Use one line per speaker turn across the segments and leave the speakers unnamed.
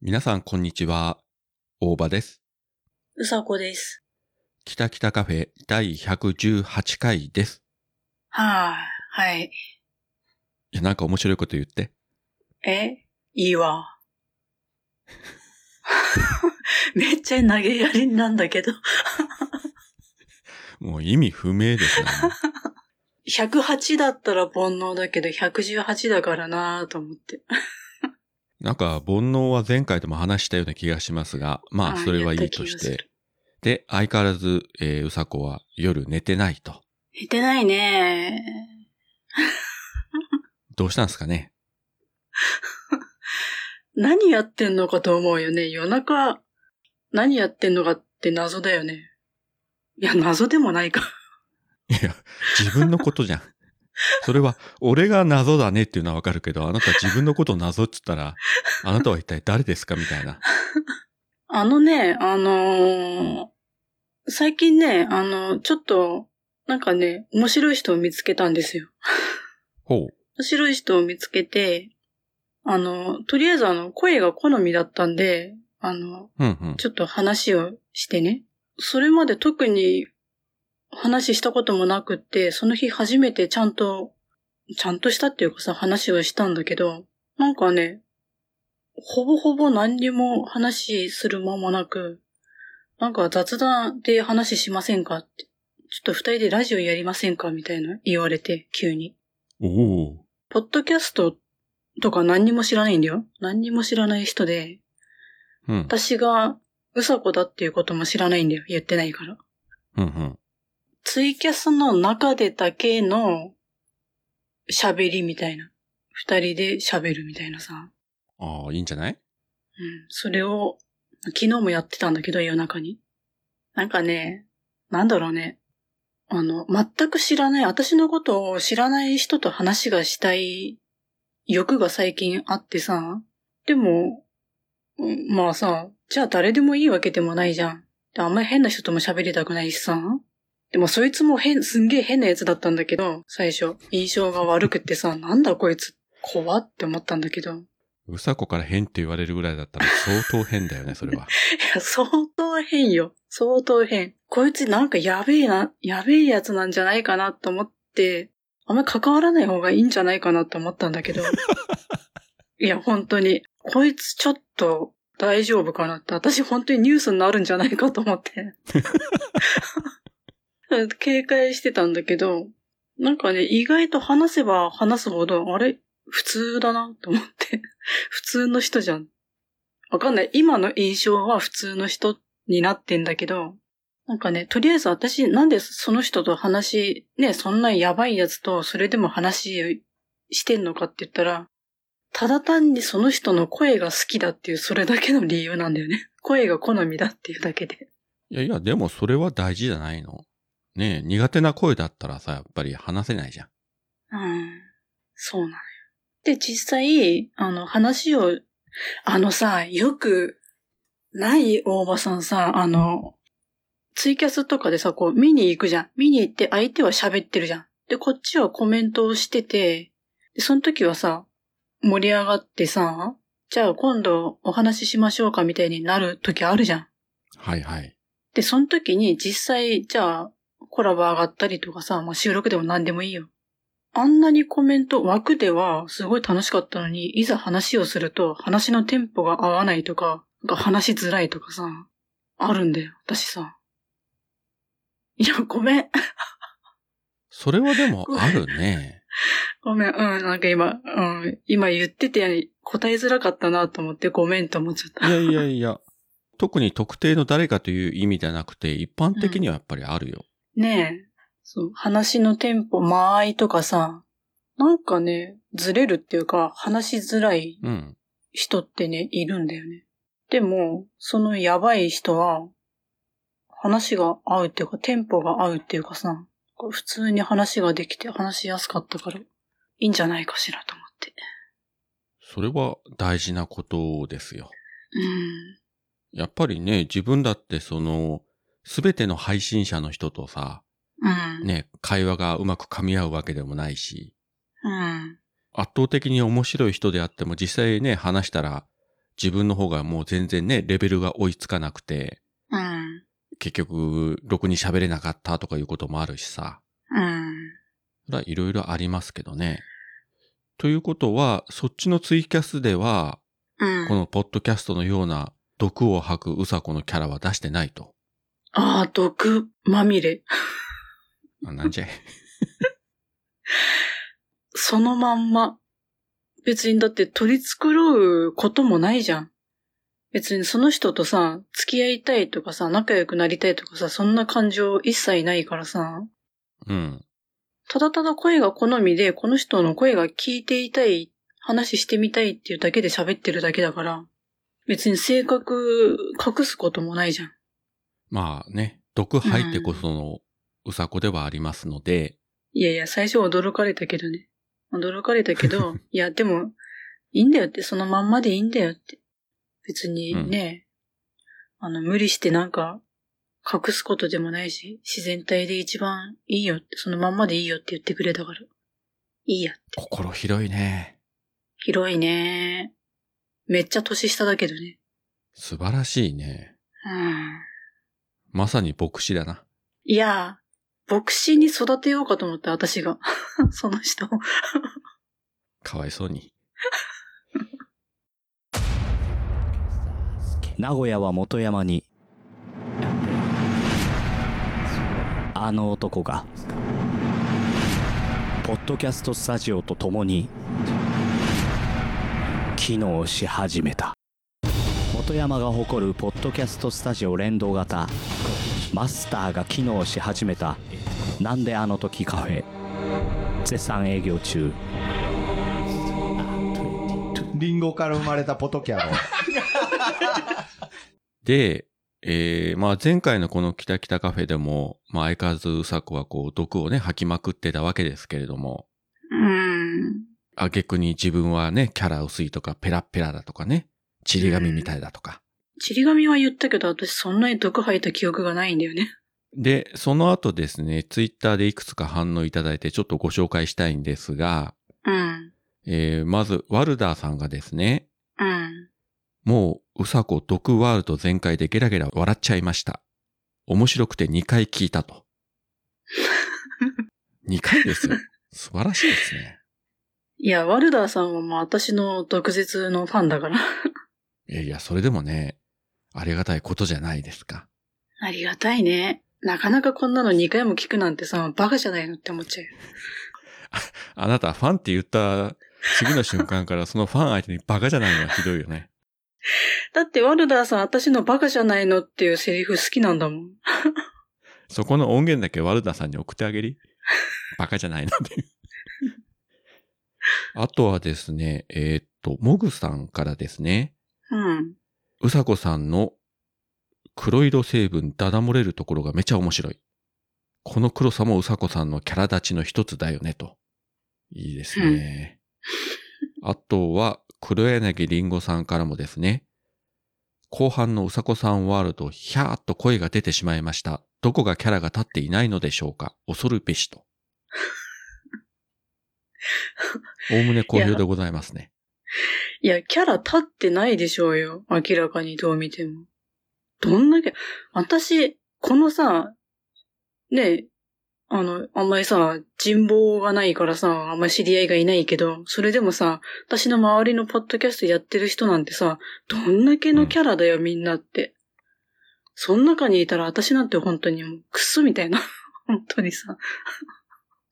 皆さん、こんにちは。大場です。
うさこです。
北北カフェ第118回です。
はぁ、はい。
いや、なんか面白いこと言って。
えいいわ。 めっちゃ投げやりなんだけど。
もう意味不明ですよ、ね。
108だったら煩悩だけど、118だからなぁと思って。
なんか、煩悩は前回でも話したような気がしますが、まあ、それはいいとし
やった気がす
て。
る。
で、相変わらず、えーうさこは夜寝てないと。
寝てないね
どうしたんですかね
何やってんのかと思うよね。夜中、何やってんのかって謎だよね。いや、謎でもないか。
いや、自分のことじゃん。それは、俺が謎だねっていうのはわかるけど、あなた自分のこと謎っつったら、あなたは一体誰ですかみたいな。
あのね、あのー最近ね、あのちょっと、なんかね、面白い人を見つけたんですよ。
ほう。
面白い人を見つけて、あの、とりあえずあの、声が好みだったんで、あの、
うんうん。
ちょっと話をしてね。それまで特に話したこともなくって、その日初めてちゃんと、ちゃんとしたっていうかさ、話をしたんだけど、なんかね、ほぼほぼ何にも話する間もなく、なんか雑談で話しませんかって。ちょっと二人でラジオやりませんかみたいな言われて、急に。
おお。
ポッドキャストとか何にも知らないんだよ。何にも知らない人で、
うん。
私がうさこだっていうことも知らないんだよ。言ってないから。
うんうん。
ツイキャスの中でだけの喋りみたいな。二人で喋るみたいなさ。うん。
ああ、いいんじゃない
それを、昨日もやってたんだけど、夜中に。なんかね、なんだろうね。あの、全く知らない、私のことを知らない人と話がしたい欲が最近あってさ。でも、うんまあさ、じゃあ誰でもいいわけでもないじゃん。であんまり変な人とも喋りたくないしさ。でもそいつも変、すんげえ変なやつだったんだけど、最初。印象が悪くってさ、なんだこいつ、怖って思ったんだけど。
うさこから変って言われるぐらいだったら相当変だよ ね、それは。
いや、相当変よ。相当変。こいつなんかやべえな、やべえやつなんじゃないかなと思って、あんまり関わらない方がいいんじゃないかなと思ったんだけど。いや、本当に。こいつちょっと大丈夫かなって。私本当にニュースになるんじゃないかと思って。警戒してたんだけど、なんかね、意外と話せば話すほど、あれ普通だなと思って。普通の人じゃん。わかんない。今の印象は普通の人になってんだけど、なんかね、とりあえず私、なんでその人と話、ね、そんなやばいやつとそれでも話してんのかって言ったら、ただ単にその人の声が好きだっていうそれだけの理由なんだよね。声が好みだっていうだけで。
いやいや、でもそれは大事じゃないの。ねえ、苦手な声だったらさ、やっぱり話せないじゃん。
うん。そうなのよ。で、実際、あの、話を、あのさ、よく、ない大場さんさ、あの、ツイキャスとかでさ、こう、見に行くじゃん。見に行って相手は喋ってるじゃん。で、こっちはコメントをしてて、で、その時はさ、盛り上がってさ、じゃあ今度お話ししましょうかみたいになる時あるじゃん。
はいはい。
で、その時に実際、じゃあ、コラボ上がったりとかさ、まあ、収録でも何でもいいよ。あんなにコメント、枠ではすごい楽しかったのに、いざ話をすると話のテンポが合わないとか、なんか話しづらいとかさ、あるんだよ、私さ。いや、ごめん。
それはでもあるね。
ごめん。うん、なんか今、うん、今言ってて答えづらかったなと思ってごめんと思っちゃった。
いやいやいや。特に特定の誰かという意味じゃなくて、一般的にはやっぱりあるよ。
ねえ、そう、話のテンポ、間合いとかさ、なんかね、ずれるっていうか、話しづらい
うん。
人ってね、いるんだよね。でも、そのやばい人は、話が合うっていうか、テンポが合うっていうかさ、普通に話ができて話しやすかったから、いいんじゃないかしらと思って。
それは大事なことですよ。
うん。
やっぱりね、自分だってその、すべての配信者の人とさ、
うん。
ね、会話がうまく噛み合うわけでもないし、
うん。
圧倒的に面白い人であっても実際ね、話したら自分の方がもう全然ね、レベルが追いつかなくて、
うん。
結局、ろくに喋れなかったとかいうこともあるしさ。
うん。
それはいろいろありますけどね。ということは、そっちのツイキャスでは、
うん。
このポッドキャストのような毒を吐くうさこのキャラは出してないと。
ああ、毒まみれ。
あなんじゃい。
そのまんま。別にだって取り繕うこともないじゃん。別にその人とさ、付き合いたいとかさ、仲良くなりたいとかさ、そんな感情一切ないからさ、
うん。
ただただ声が好みで、この人の声が聞いていたい、話してみたいっていうだけで喋ってるだけだから、別に性格隠すこともないじゃん。
まあね、毒吐いてこそのうさこではありますので、
いやいや、最初驚かれたけどね。驚かれたけど、いや、でも、いいんだよって、そのまんまでいいんだよって。別にね、あの、無理してなんか、隠すことでもないし、自然体で一番いいよって、そのまんまでいいよって言ってくれたから。いいやって。
心広いね。
広いねめっちゃ年下だけどね。
素晴らしいね。
うん。
まさに牧師だな。
いや牧師に育てようかと思った、私が。 その人を。
かわいそうに。
名古屋は元山にあの男がポッドキャストスタジオとともに機能し始めた元山が誇るポッドキャストスタジオ連動型マスターが機能し始めた「なんであの時カフェ」絶賛営業中
リンゴから生まれたポトキャロ。
で、えー、まあ前回のこのキタキタカフェでも、まあ相変わらずうさこはこう毒をね吐きまくってたわけですけれども、
うん。
あげくに自分はね、キャラ薄いとかペラペラだとかね、ちり紙みたいだとか。
ちり紙は言ったけど、私そんなに毒吐いた記憶がないんだよね。
で、その後ですね、ツイッターでいくつか反応いただいてちょっとご紹介したいんですが、
うん。
えー、まず、ワルダーさんがですね、
うん。
もう、うさこ毒ワールド全開でゲラゲラ笑っちゃいました。面白くて2回聞いたと。2回ですよ。素晴らしいですね。
いや、ワルダーさんはもう私の毒舌のファンだから。
いやいや、それでもね、ありがたいことじゃないですか。
ありがたいね。なかなかこんなの2回も聞くなんてさ、バカじゃないのって思っちゃうよ。
あなた、ファンって言った次の瞬間からそのファン相手にバカじゃないのはひどいよね。
だってワルダーさん私のバカじゃないのっていうセリフ好きなんだもん。
そこの音源だけワルダさんに送ってあげり。バカじゃないので。あとはですね、えーっと、モグさんからですね、
うん。
うさこさんの黒色成分ダダ漏れるところがめちゃ面白い。この黒さもうさこさんのキャラ立ちの一つだよね、と。いいですね。あとは、黒柳りんごさんからもですね、後半のうさこさんワールド、ひゃーっと声が出てしまいました。どこがキャラが立っていないのでしょうか恐るべしと。おおむね好評でございますね。
いや、キャラ立ってないでしょうよ。明らかにどう見ても。どんだけ、私、このさ、ねえ、あの、あんまりさ、人望がないからさ、あんまり知り合いがいないけど、それでもさ、私の周りのポッドキャストやってる人なんてさ、どんだけのキャラだよ、みんなって。その中にいたら私なんて本当にもう、クソみたいな。 本当にさ。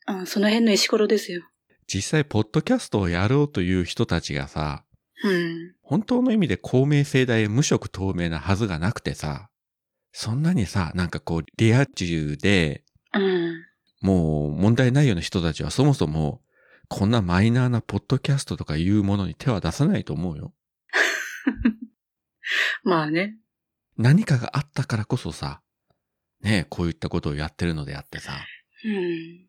あその辺の石ころですよ。
実際、ポッドキャストをやろうという人たちがさ、
うん。
本当の意味で公明正大無色透明なはずがなくてさ、そんなにさ、なんかこう、リア充で、
うん。
もう問題ないような人たちはそもそも、こんなマイナーなポッドキャストとかいうものに手は出さないと思うよ。
まあね。
何かがあったからこそさ、ねえ、こういったことをやってるのであってさ、
うん。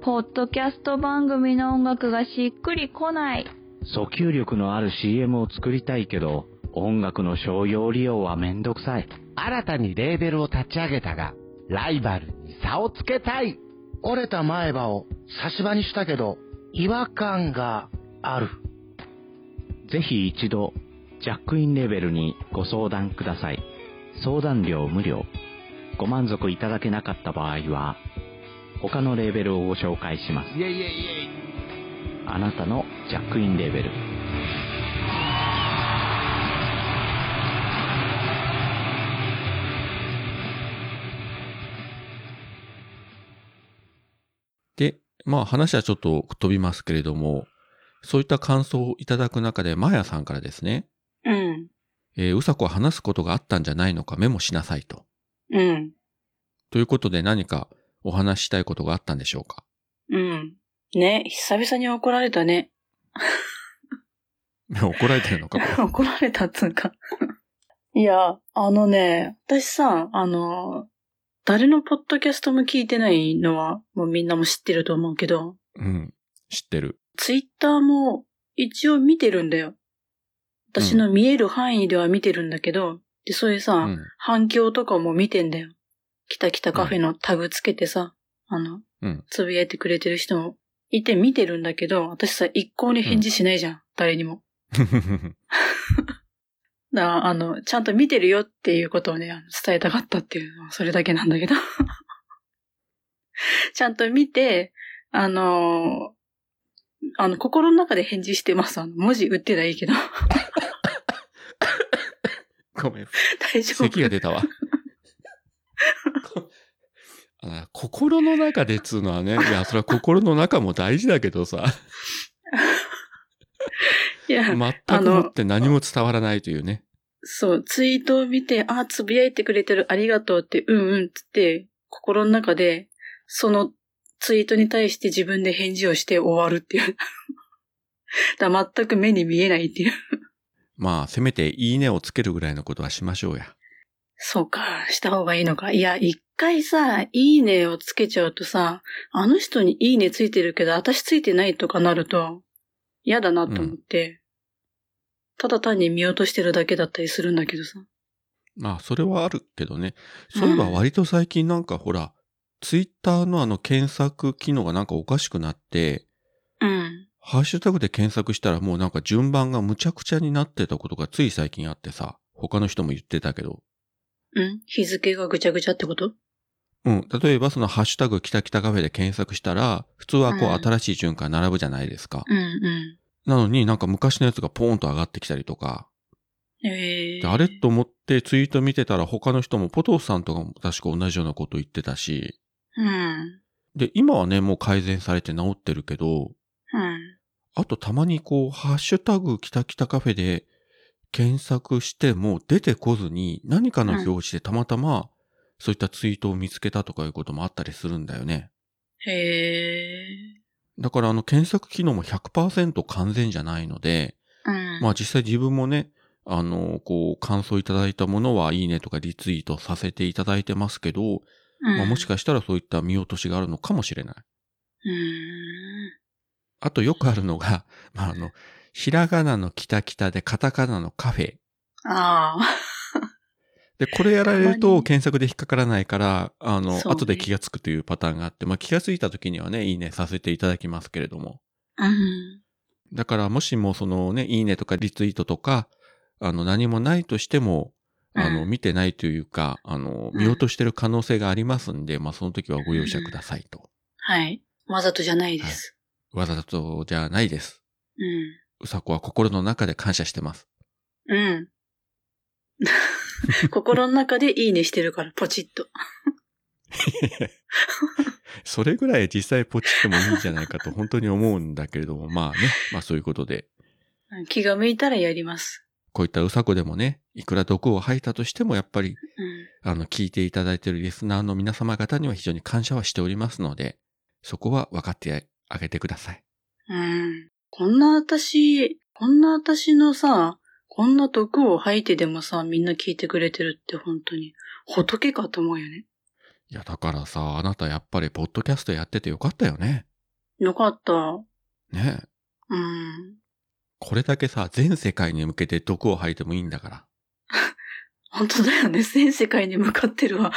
ポッドキャスト番組の音楽がしっくりこない。
訴求力のある CM を作りたいけど音楽の商用利用はめんどくさい
新たにレーベルを立ち上げたが、ライバルに差をつけたい。折れた前歯を差し歯にしたけど、違和感がある。
ぜひ一度ジャックインレーベルにご相談ください。相談料無料。ご満足いただけなかった場合は、他のレーベルをご紹介します。
イェイイェイイェイ
あなたのジャックインレーベル。
で、まあ話はちょっと飛びますけれども、そういった感想をいただく中で、マーヤさんからですね、
うん。
えー、うさこは話すことがあったんじゃないのかメモしなさいと。
うん。
ということで何かお話ししたいことがあったんでしょうか
うん。ね、久々に怒られたね。
怒られてるの かこれ
怒られたっつうか。 いや、あのね、私さ、あの、誰のポッドキャストも聞いてないのは、もうみんなも知ってると思うけど、
うん。知ってる。
ツイッターも一応見てるんだよ。私の見える範囲では見てるんだけど、で、そういうさ、
うん。
反響とかも見てんだよ。きたきたカフェのタグつけてさ、あの、
うん
つぶやいてくれてる人もいて見てるんだけど、私さ、一向に返事しないじゃん、誰にも。だから、あの、ちゃんと見てるよっていうことをね、あの伝えたかったっていうのはそれだけなんだけど。 ちゃんと見て、あのーあの、心の中で返事してます。あの、文字打ってりゃいいけど。
ご めん。
大丈夫
咳。が出たわ。 こあ心の中でっつうのは ね、いや、それは心の中も大事だけど さ、
いや、
全くもって何も伝わらないというね。
そう、ツイートを見て、あ、つぶやいてくれてる、ありがとうって、うんうんっつって、心の中で、そのツイートに対して自分で返事をして終わるっていう。 だから全く目に見えないっていう。
まあ、せめていいねをつけるぐらいのことはしましょうや。
そうか、した方がいいのか。いや、一回さ、いいねをつけちゃうとさ、あの人にいいねついてるけど、私ついてないとかなると、嫌だなと思って、ただ単に見落としてるだけだったりするんだけどさ。
まあ、それはあるけどね。そういえば割と最近なんかほら、ツイッターのあの検索機能がなんかおかしくなって、
うん。
ハッシュタグで検索したらもうなんか順番がむちゃくちゃになってたことがつい最近あってさ、他の人も言ってたけど、
うん日付がぐちゃぐちゃってこと
うん。例えばそのハッシュタグきたきたカフェで検索したら、普通はこう
うん
新しい順から並ぶじゃないですか。
うんう
なのになんか昔のやつがポーンと上がってきたりとか、
ん。ええ
であれと思ってツイート見てたら他の人もポトフさんとかも確か同じようなこと言ってたし、
うん。
で、今はね、もう改善されて治ってるけど、
うん。
あとたまにこう、ハッシュタグきたきたカフェで検索しても出てこずに何かの表示でたまたまそういったツイートを見つけたとかいうこともあったりするんだよね。
へえ。
だからあの検索機能も100%完全じゃないので、
うん。
まあ実際自分もね、あの、こう、感想いただいたものはいいねとかリツイートさせていただいてますけど、
うん、
まあもしかしたらそういった見落としがあるのかもしれない。
うー
あとよくあるのが、まああの、ひらがなのきたきたでカタカナのカフェ。
ん。ああ。
で、これやられる
たま
と
に
検索で引っかからないから、あの、
そうね
後で気がつくというパターンがあって、まあ気がついた時にはね、いいねさせていただきますけれども。
うん。
だからもしもそのね、いいねとかリツイートとか、あの何もないとしても、あ
う
の、
ん
見てないというか、あの、
うん
見落としてる可能性がありますんで、まあ、その時はご容赦くださいと。
はい。わざとじゃないです。
わざとじゃないです。
うん。
うさこは心の中で感謝してます。
うん。 心の中でいいねしてるから、ポチッと。
それぐらい実際ポチってもいいんじゃないかと本当に思うんだけれども、まあね、まあそういうことで、
気が向いたらやります。
こういったうさこでもね、いくら毒を吐いたとしても、やっぱり、
うん。
あの、聞いていただいているリスナーの皆様方には非常に感謝はしておりますので、そこは分かってあげてください。
うん。こんな私、こんな私のさ、こんな毒を吐いてでもさ、みんな聞いてくれてるって本当に、仏かと思うよね。
いや、だからさ、あなたやっぱりポッドキャストやっててよかったよね。
よかった。
ねえ
うん。
これだけさ、全世界に向けて毒を吐いてもいいんだか
本当だよね。 全世界に向かってるわ。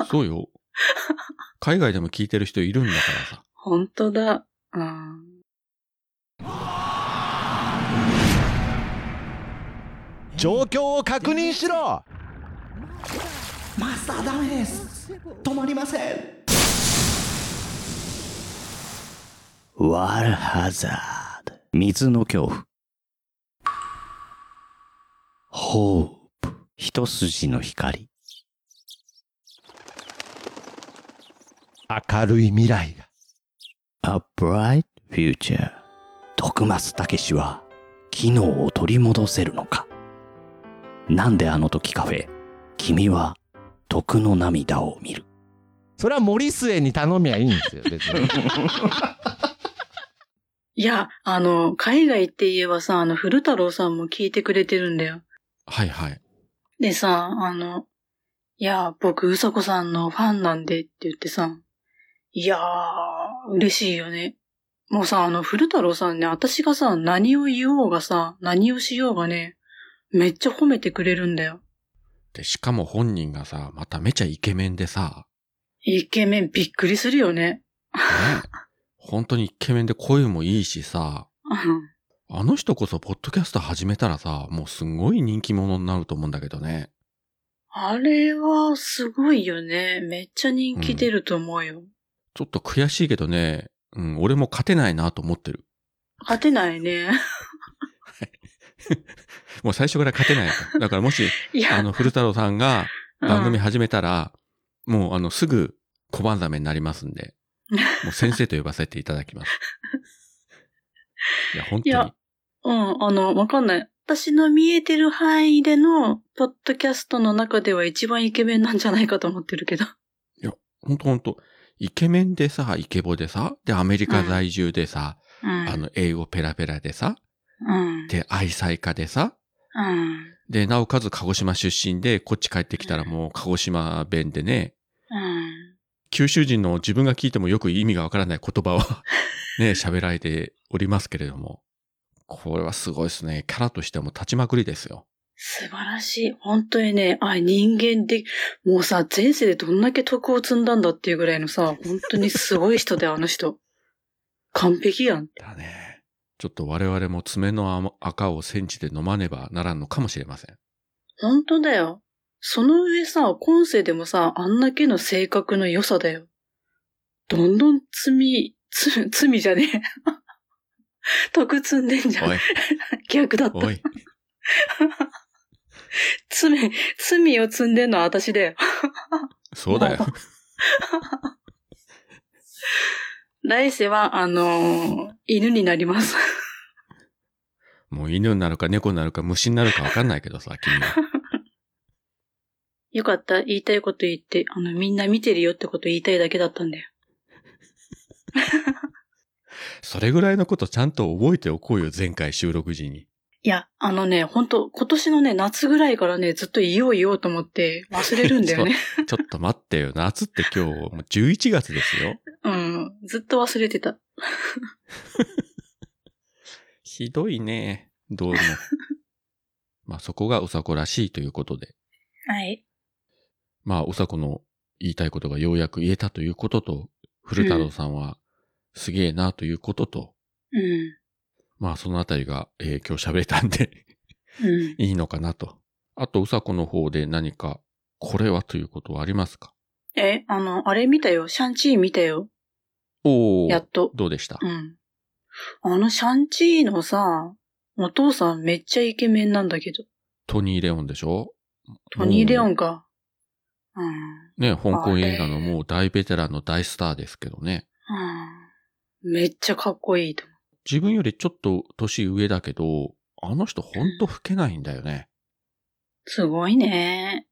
ら。そうよ。海外でも聞いてる人いるんだからさ。
本当だ。うん。
状況を確認しろ
マスターダメです止まりません
ワールハザード。水の恐怖。ホープ。一筋の光。
明るい未来が
A bright future。徳松武氏は、機能を取り戻せるのか。なんであの時カフェ、君は、徳の涙を見る。
それは森末に頼みゃいいんですよ別に
いや、あの、海外って言えばさ、あの、古太郎さんも聞いてくれてるんだよ。
はいはい。
でさ、あの、いや、僕、うさこさんのファンなんでって言ってさ、いやー、嬉しいよね。もうさ、あの、古太郎さんね、私がさ、何を言おうがさ、何をしようがね、めっちゃ褒めてくれるんだよ。
で、しかも本人がさ、まためちゃイケメンでさ、
イケメンびっくりするよね。
ね、本当にイケメンで声もいいしさ、
うん
あの人こそポッドキャスト始めたらさ、もうすんごい人気者になると思うんだけどね。
あれは、すごいよね。めっちゃ人気出ると思うよ。
ちょっと悔しいけどね、うん、俺も勝てないなと思ってる。
勝てないね。
もう最初から勝てないから。だからも し、
いや、
あの、古太郎さんが
うん
番組始めたら、もうあの、すぐ小判ザメになりますんで、もう先生と呼ばせていただきます。いや、本当
いや
に。
うん、あの、わかんない。私の見えてる範囲での、ポッドキャストの中では一番イケメンなんじゃないかと思ってるけど。
ほんとほんと。イケメンでさ、イケボでさ、で、アメリカ在住でさ、
うん。
あの、英語ペラペラでさ、
うん。
で、愛妻家でさ、
うん。
で、なおかつ鹿児島出身で、こっち帰ってきたらもう鹿児島弁でね、
うん。
九州人の自分が聞いてもよく意味がわからない言葉を ね、喋られておりますけれども、これはすごいですね。キャラとしても立ちまくりですよ。
素晴らしい。本当にね、あ、人間で、もうさ、前世でどんだけ徳を積んだんだっていうぐらいのさ、本当にすごい人だよ、あの人。完璧やん。
だね。ちょっと我々も爪の赤をセンチで飲まねばならんのかもしれません。
本当だよ。その上さ、今世でもさ、あんだけの性格の良さだよ。どんどん罪、罪、罪じゃねえ。 得積んでんじゃ
お
ん
い。、
逆だった。
おい。
罪、罪を積んでんのは私だよ。
そうだよ。
来世は、あのー犬になります。
もう犬になるか猫になるか虫になるかわかんないけどさ、君は。
よかった。言いたいこと言って、あの、みんな見てるよってこと言いたいだけだったんだよ。
それぐらいのことちゃんと覚えておこうよ、前回収録時に。
いや、あのね、本当今年のね、夏ぐらいからね、ずっと言おう言おうと思って忘れるんだよ ね。
ちょっと待ってよ。夏って今日、もう11月ですよ。
うん。ずっと忘れてた。
ひどいね。どう も。まあそこがうさこらしいということで。
はい。
まあうさこの言いたいことがようやく言えたということと、古太郎さんはすげえなということと、
うん。
まあそのあたりが、えー今日喋れたん で
うん。
いいのかなと。あとうさこの方で何かこれはということはありますか
え、あの、あれ見たよ。シャンチー見たよ。
お
や
ー
っ、と。
どうでした
うん。あのシャンチーのさ、お父さんめっちゃイケメンなんだけど。
トニー・レオンでしょ
トニー・レオ
も
ンか。うん。
うね、香港映画
あ
の
れ
もう大ベテランの大スターですけどね。
うんめっちゃかっこいいと思
自分よりちょっと年上だけど、あの人ほんと老けないんだよね。
う。すごいね。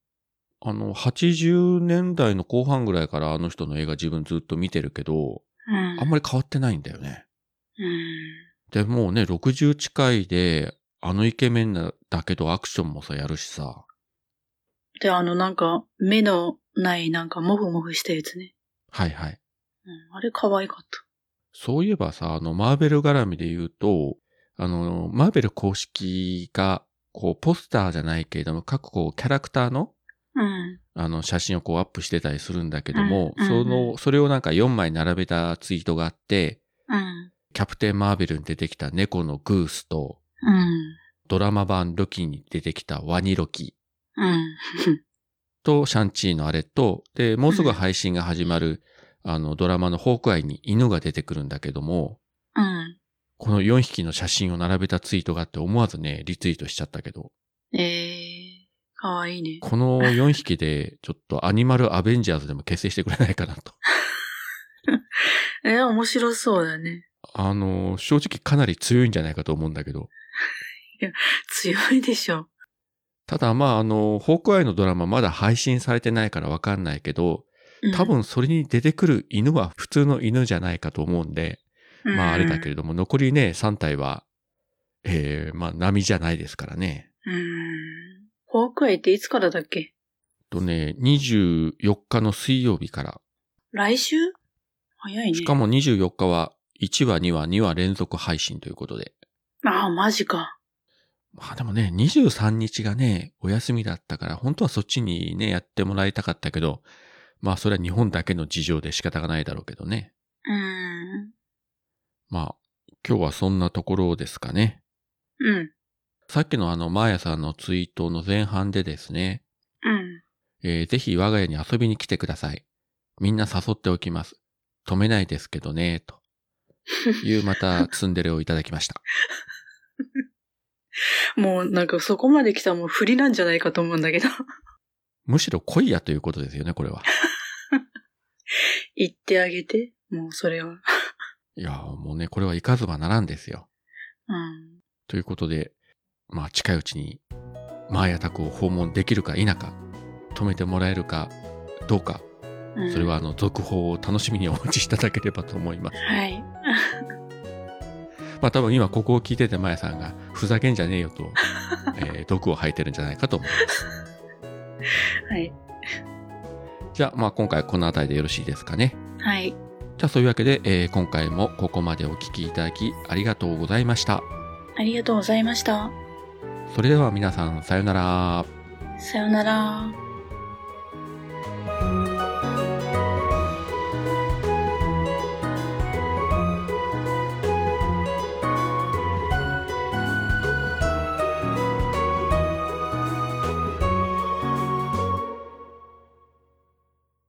あの、80年代の後半ぐらいからあの人の映画自分ずっと見てるけど、
うん。
あんまり変わってないんだよね。
うん。
で、もうね、60近いで、あのイケメンなだけどアクションもさ、やるしさ。
で、あの、なんか、目のない、なんか、もふもふしたやつね。
はいはい。
うん、あれ、可愛かっ
そういえばさ、あの、マーベル絡みで言うと、あの、マーベル公式が、こう、ポスターじゃないけれども、各こう、キャラクターの
た。うん。
あの、写真をこうアップしてたりするんだけども、
うん
そ
うんう
の、それをなんか4枚並べたツイートがあって、
うん。
キャプテン・マーベルに出てきた猫のグースと、
うん。
ドラマ版ロキに出てきたワニロキ
うん。
とシャンチーのあれと、で、もうすぐ配信が始まる、あの、ドラマのホークアイに犬が出てくるんだけども、
うん。
この4匹の写真を並べたツイートがあって思わずね、リツイートしちゃったけど、
ええー、かわいいね。
この4匹でちょっとアニマルアベンジャーズでも結成してくれないかなと。
えー、面白そうだね。
あの、正直かなり強いんじゃないかと思うんだけど、
強いでしょ。
ただまあ、あの、ホークアイのドラマまだ配信されてないからわかんないけど、
うん
多、分それに出てくる犬は普通の犬じゃないかと思うんで、まああれだけ
ど。
れども、残りね、3体は、えー、まあ波じゃないですからね。
うん。ホークアイっていつからだっけ
とね、24日の水曜日から、
来週早いね。
しかも24日は1話、2話、2話連続配信ということで。
ああ、マジか。
まあでもね、23日がね、お休みだったから、本当はそっちにね、やってもらいたかったけど、まあそれは日本だけの事情で仕方がないだろうけどね。
うん。
まあ、今日はそんなところですかね。
うん。
さっきのあの、マーヤさんのツイートの前半でですね、
うん。
えーぜひ我が家に遊びに来てください。みんな誘っておきます。止めないですけどね、と。いうまたツンデレをいただきました。
もうなんかそこまで来たらもう振りなんじゃないかと思うんだけど。
むしろ来いやということですよね、これは。
言ってあげて。もうそれは。
いやー、もうね、これは行かずばならんですよ。
うん。
ということで、まあ近いうちに、マーヤ宅を訪問できるか否か、止めてもらえるかどうか、
うん
それはあの、続報を楽しみにお待ちいただければと思います。
はい。
まあ多分今ここを聞いててマヤさんが、ふざけんじゃねえよと、えー毒を吐いてるんじゃないかと思います。
はい。
じゃあ、まあ今回はこの辺りでよろしいですかね。
はい。
じゃあそういうわけで、えー今回もここまでお聞きいただきありがとうございました。
ありがとうございました。
それでは皆さんさようなら。
さよなら。